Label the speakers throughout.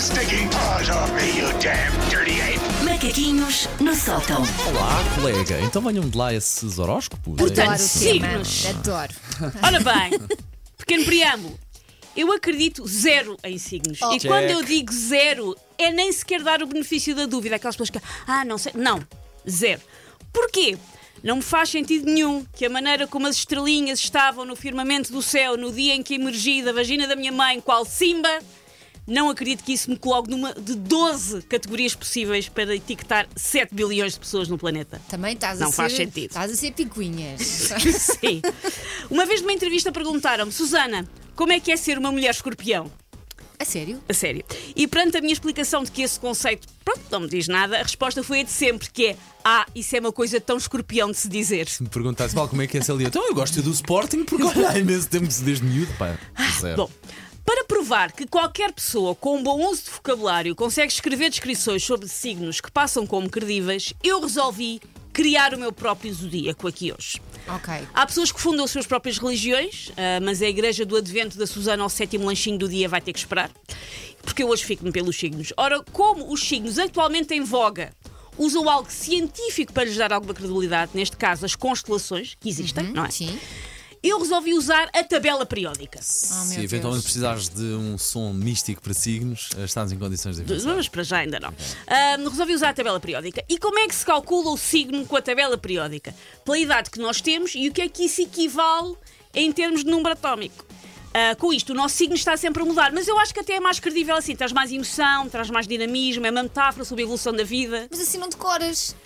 Speaker 1: stinking paws off me, you damn dirty ape!
Speaker 2: Macaquinhos no sótão.
Speaker 3: Olá, colega. Então venham de lá esses horóscopos.
Speaker 4: Adoro
Speaker 3: é
Speaker 4: o
Speaker 3: isso?
Speaker 4: tema.
Speaker 5: signos.
Speaker 4: Adoro.
Speaker 5: Ora bem, pequeno preâmbulo. Eu acredito zero em signos. e
Speaker 3: Check.
Speaker 5: quando eu digo zero, é nem sequer dar o benefício da dúvida. Aquelas pessoas que. Ah, não sei. Não, zero. Porquê? Não me faz sentido nenhum que a maneira como as estrelinhas estavam no firmamento do céu no dia em que emergi da vagina da minha mãe, qual Simba, não acredito que isso me coloque numa de 12 categorias possíveis para etiquetar 7 bilhões de pessoas no planeta.
Speaker 4: Também estás a
Speaker 5: Não
Speaker 4: ser.
Speaker 5: faz sentido.
Speaker 4: Estás a ser picuinhas.
Speaker 5: Sim. Uma vez numa entrevista perguntaram-me, Susana, como é que é ser uma mulher escorpião?
Speaker 4: a sério?
Speaker 5: A sério. E perante a minha explicação de que esse conceito, pronto, não me diz nada, a resposta foi a de sempre, que é, ah, isso é uma coisa tão escorpião de se dizer.
Speaker 3: Me perguntasse, Val, como é que é essa ali? Então eu gosto do Sporting porque olha, há imenso tempo que se desde miúdo, pá. Zero.
Speaker 5: Ah,
Speaker 4: Oh,
Speaker 5: Bom, para provar que qualquer pessoa com um bom uso de vocabulário consegue escrever descrições sobre signos que passam como credíveis, eu resolvi criar o meu próprio zodíaco aqui hoje.
Speaker 4: Ok.
Speaker 5: Há pessoas que fundam as suas próprias religiões, ah, mas a Igreja do Advento da Susana ao sétimo lanchinho do dia vai ter que esperar, porque eu hoje fico-me pelos signos. Ora, como os signos atualmente em voga usam algo científico para lhes dar alguma credibilidade, neste caso as constelações, que existem, não é?
Speaker 4: Sim.
Speaker 5: Eu resolvi usar a tabela periódica.
Speaker 4: Oh,
Speaker 3: Se
Speaker 4: meu
Speaker 3: eventualmente
Speaker 4: Deus.
Speaker 3: precisares de um som místico para signos, eh, estás em condições de avançar.
Speaker 5: Mas para já ainda não. Ah, resolvi usar a tabela periódica. E como é que se calcula o signo com a tabela periódica? Pela idade que nós temos e o que é que isso equivale em termos de número atómico? Ah, com isto, o nosso signo está sempre a mudar, mas eu acho que até é mais credível assim, traz mais emoção, traz mais dinamismo, é uma metáfora sobre a evolução da vida.
Speaker 4: Mas assim não decoras.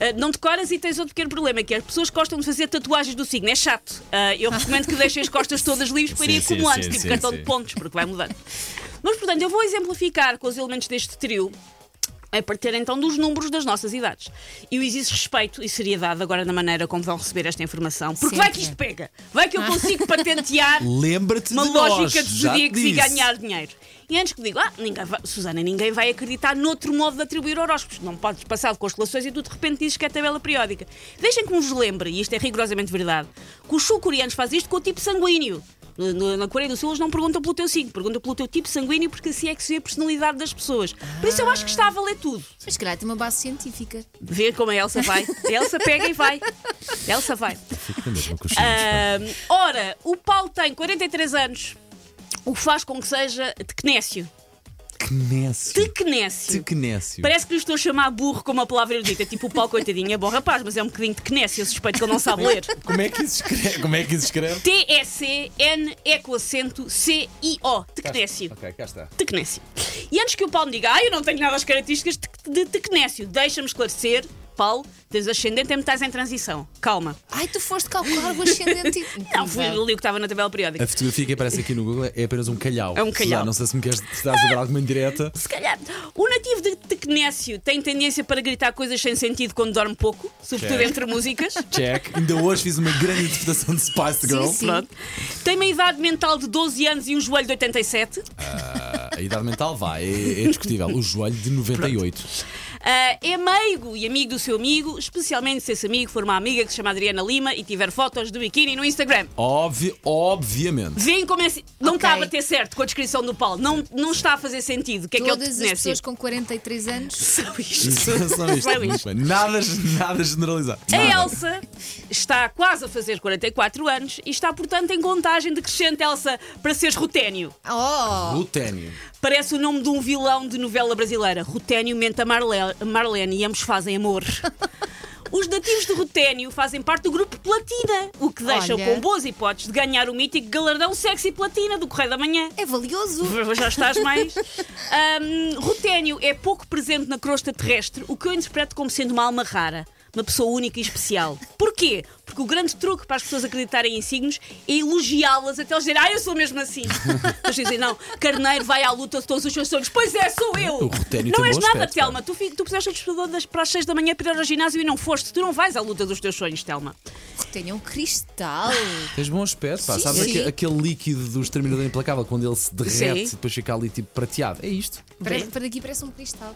Speaker 5: Uh, não decoras e tens outro pequeno problema, que é as pessoas que gostam de fazer tatuagens do signo. É chato. Uh, eu recomendo que deixem as costas todas livres para
Speaker 3: Sim,
Speaker 5: ir
Speaker 3: sim,
Speaker 5: acumulando,
Speaker 3: sim,
Speaker 5: tipo
Speaker 3: sim,
Speaker 5: cartão
Speaker 3: sim.
Speaker 5: de pontos, porque vai mudando. Mas, portanto, eu vou exemplificar com os elementos deste trio. A partir então dos números das nossas idades. E eu exijo respeito e seriedade agora na maneira como vão receber esta informação. Porque vai que
Speaker 4: Sempre.
Speaker 5: isto pega. Vai que eu consigo patentear
Speaker 3: Lembra-te
Speaker 5: uma
Speaker 3: de nós,
Speaker 5: lógica de
Speaker 3: já te
Speaker 5: zodíacos e
Speaker 3: disse.
Speaker 5: ganhar dinheiro. E antes que digo, ah, ninguém vai, Susana, ninguém vai acreditar noutro modo de atribuir horóscopos. Não podes passar de constelações e tu de repente dizes que é tabela periódica. Deixem que vos lembre, e isto é rigorosamente verdade, que os sul-coreanos fazem isto com o tipo sanguíneo. No- no- Na Coreia do Sul, eles não perguntam pelo teu signo, perguntam pelo teu tipo sanguíneo, porque assim é que se vê a personalidade das pessoas. Por isso eu acho que está a valer tudo.
Speaker 4: Mas calhar tem uma base científica.
Speaker 5: Ver como a Elsa vai. A Elsa pega e vai. A Elsa vai.
Speaker 3: Fica mesmo com os signos, pá.
Speaker 5: Ahm, ora, o Paulo tem 43 anos, o que faz com que seja tecnécio.
Speaker 3: Quenésio.
Speaker 5: Tecnécio.
Speaker 3: Quenésio.
Speaker 5: Parece que lhe estou a chamar burro com uma palavra erudita, tipo o Paulo, coitadinho, é bom rapaz, mas é um bocadinho tecnécio, eu suspeito que ele não sabe ler.
Speaker 3: Como é que isso escreve? Como é que isso escreve?
Speaker 5: T-E-C-N, E com acento, C-I-O, tecnécio.
Speaker 3: Ok, cá
Speaker 5: tá.
Speaker 3: está.
Speaker 5: Tecnécio. E antes que o Paulo me diga, ah, eu não tenho nada às características tec- de tecnécio, deixa-me esclarecer, Paulo, tens ascendente, é metade em transição. Calma.
Speaker 4: Ai, tu foste calcular o ascendente.
Speaker 5: Não, fui ali o que estava na tabela periódica.
Speaker 3: A fotografia que aparece aqui no Google é apenas um calhau.
Speaker 5: É um calhau.
Speaker 3: Suzana, Não sei se me queres se estás a dar alguma indireta.
Speaker 5: Se calhar. O nativo de Tecnécio tem tendência para gritar coisas sem sentido quando dorme pouco, sobretudo
Speaker 3: Certo.
Speaker 5: entre músicas.
Speaker 3: Check. Ainda hoje fiz uma grande interpretação de Spice Girl.
Speaker 4: Sim.
Speaker 5: Pronto. Tem uma idade mental de 12 anos e um joelho de 87.
Speaker 3: Ah, a idade mental vai, é, é discutível. O joelho de 98.
Speaker 5: Ah, é meigo e amigo do seu amigo, especialmente se esse amigo for uma amiga que se chama Adriana Lima e tiver fotos de biquíni no Instagram.
Speaker 3: Óbvio, obviamente.
Speaker 5: Vêem como é. assim- Não
Speaker 4: Ok.
Speaker 5: está a bater certo com a descrição do Paulo. Não, não está a fazer sentido. O que é que é o
Speaker 4: Todas as
Speaker 5: Tecnécio?
Speaker 4: pessoas com 43 anos.
Speaker 5: São isto.
Speaker 3: Isso é Só isto.
Speaker 5: São
Speaker 3: Muito bem. Nada, nada generalizado.
Speaker 5: A
Speaker 3: Nada.
Speaker 5: É Elsa está quase a fazer 44 anos e está, portanto, em contagem decrescente, Elsa, para seres Ruténio.
Speaker 4: Oh!
Speaker 3: O ténio.
Speaker 5: Parece o nome de um vilão de novela brasileira. Ruténio mente a Marle- Marlene e ambos fazem amor. Os nativos de Ruténio fazem parte do grupo Platina, o que deixam
Speaker 4: Olha.
Speaker 5: com boas hipóteses de ganhar o mítico galardão Sexy Platina do Correio da Manhã.
Speaker 4: É valioso.
Speaker 5: Já estás mais. Ahm, Ruténio é pouco presente na crosta terrestre, o que eu interpreto como sendo uma alma rara. Uma pessoa única e especial. Porquê? Porque o grande truque para as pessoas acreditarem em signos é elogiá-las até eles dizerem, ah, eu sou mesmo assim. Eles dizem, não, carneiro vai à luta de todos os seus sonhos. Pois é, sou eu.
Speaker 3: O Ruténio
Speaker 5: não
Speaker 3: tem
Speaker 5: és
Speaker 3: bom
Speaker 5: nada,
Speaker 3: aspecto,
Speaker 5: Telma. Tu, fi- tu puseste o despertador das- para as seis da manhã para ir ao ginásio e não foste. Tu não vais à luta dos teus sonhos, Telma.
Speaker 4: Tenha um cristal.
Speaker 3: Tens bom aspecto, pá.
Speaker 4: Sim,
Speaker 3: Sabes
Speaker 4: sim.
Speaker 3: aque- aquele líquido do exterminador implacável quando ele se derrete
Speaker 5: Sim.
Speaker 3: e depois fica ali tipo prateado. É isto.
Speaker 4: Parece- Para daqui parece um cristal.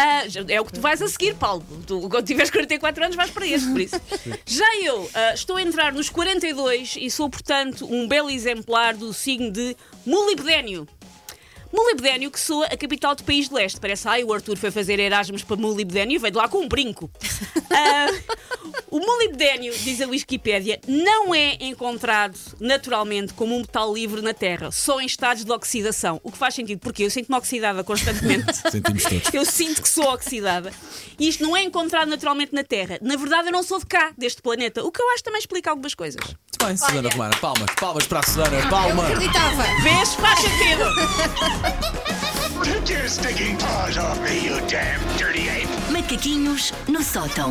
Speaker 5: Ah, já- é o que tu vais a seguir, Paulo. Tu, quando tiveres 44 anos, vais para este, por isso. Já eu ah, estou a entrar nos 42 e sou, portanto, um belo exemplar do signo de molibdênio. Molibdénio, que soa a capital do país de leste. Parece, ai, o Arthur foi fazer Erasmus para Molibdénio e veio de lá com um brinco. Ah, o molibdénio, diz a Wikipédia, não é encontrado naturalmente como um metal livre na Terra, só em estados de oxidação. O que faz sentido, porque eu sinto-me oxidada constantemente.
Speaker 3: Sentimos todos.
Speaker 5: Eu sinto que sou oxidada. E isto não é encontrado naturalmente na Terra. Na verdade, eu não sou de cá, deste planeta. O que eu acho também explica algumas coisas.
Speaker 3: Muito bem, Susana Romana. Palmas, palmas para a Susana.
Speaker 4: Eu
Speaker 3: Palmas.
Speaker 4: acreditava.
Speaker 5: Vês? Faz sentido.
Speaker 1: Take your sticking paws off me, you damn dirty ape!
Speaker 2: Macaquinhos no sótão.